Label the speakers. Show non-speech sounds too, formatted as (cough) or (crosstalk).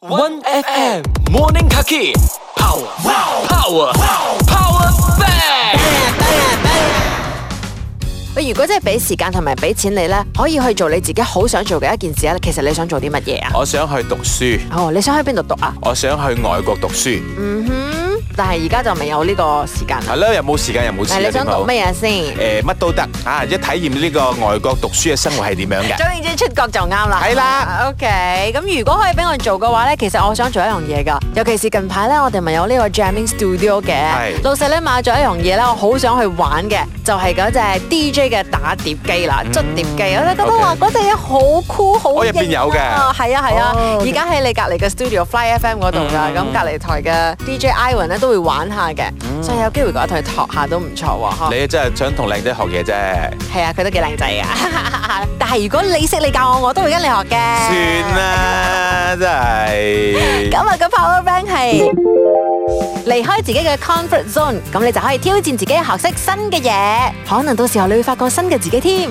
Speaker 1: One FM Morning Kaki Power Power Power Bank
Speaker 2: 喂，如果真係俾時間同埋俾錢你咧，可以去做你自己好想做嘅一件事咧。其實你想做啲乜嘢啊？
Speaker 3: 我想去讀書，
Speaker 2: 哦，你想喺邊度讀啊？
Speaker 3: 我想去外國讀書。
Speaker 2: 嗯哼，但係而家就未有呢個時間啦。
Speaker 3: 係咯，又冇時間，又冇時
Speaker 2: 但係
Speaker 3: 間。
Speaker 2: 你想讀乜嘢先？
Speaker 3: 誒，乜都得啊！一體驗呢個外國讀書嘅生活係點樣
Speaker 2: (laughs)
Speaker 3: 嘅？
Speaker 2: 總言之，出國就啱啦。
Speaker 3: 係啦
Speaker 2: ，OK。咁如果可以俾我做嘅話咧，其實我想做一樣嘢㗎。尤其是近排咧，我哋咪有呢個 Jamming Studio 嘅。
Speaker 3: 係
Speaker 2: 老細咧買咗一樣嘢咧，我好想去玩嘅，就係嗰隻 DJ 嘅打碟機啦，捽碟機。我就覺得
Speaker 3: 嗯 OK
Speaker 2: 話嗰隻嘢好酷，好
Speaker 3: 哦入邊
Speaker 2: 型
Speaker 3: 有嘅
Speaker 2: 啊係啊係啊
Speaker 3: 哦，嗯
Speaker 2: 而家喺你隔離嘅 Studio Fly FM 嗰度㗎。咁隔離台嘅 DJ Ivan 咧都會玩下嘅，
Speaker 3: 嗯
Speaker 2: 所以有機會嘅話同佢托下都唔錯喎。呵
Speaker 3: 你真係想同靚仔學嘢啫。
Speaker 2: 係啊，佢都幾靚仔噶。 (laughs) 但係如果你識你教我，我都會跟你學嘅。
Speaker 3: 算。啦，真係。
Speaker 2: 今日嘅啊 Power Bank 係離開自己嘅 comfort zone，咁你就可以挑戰自己學識新嘅嘢，可能到時候你會發覺新嘅自己添。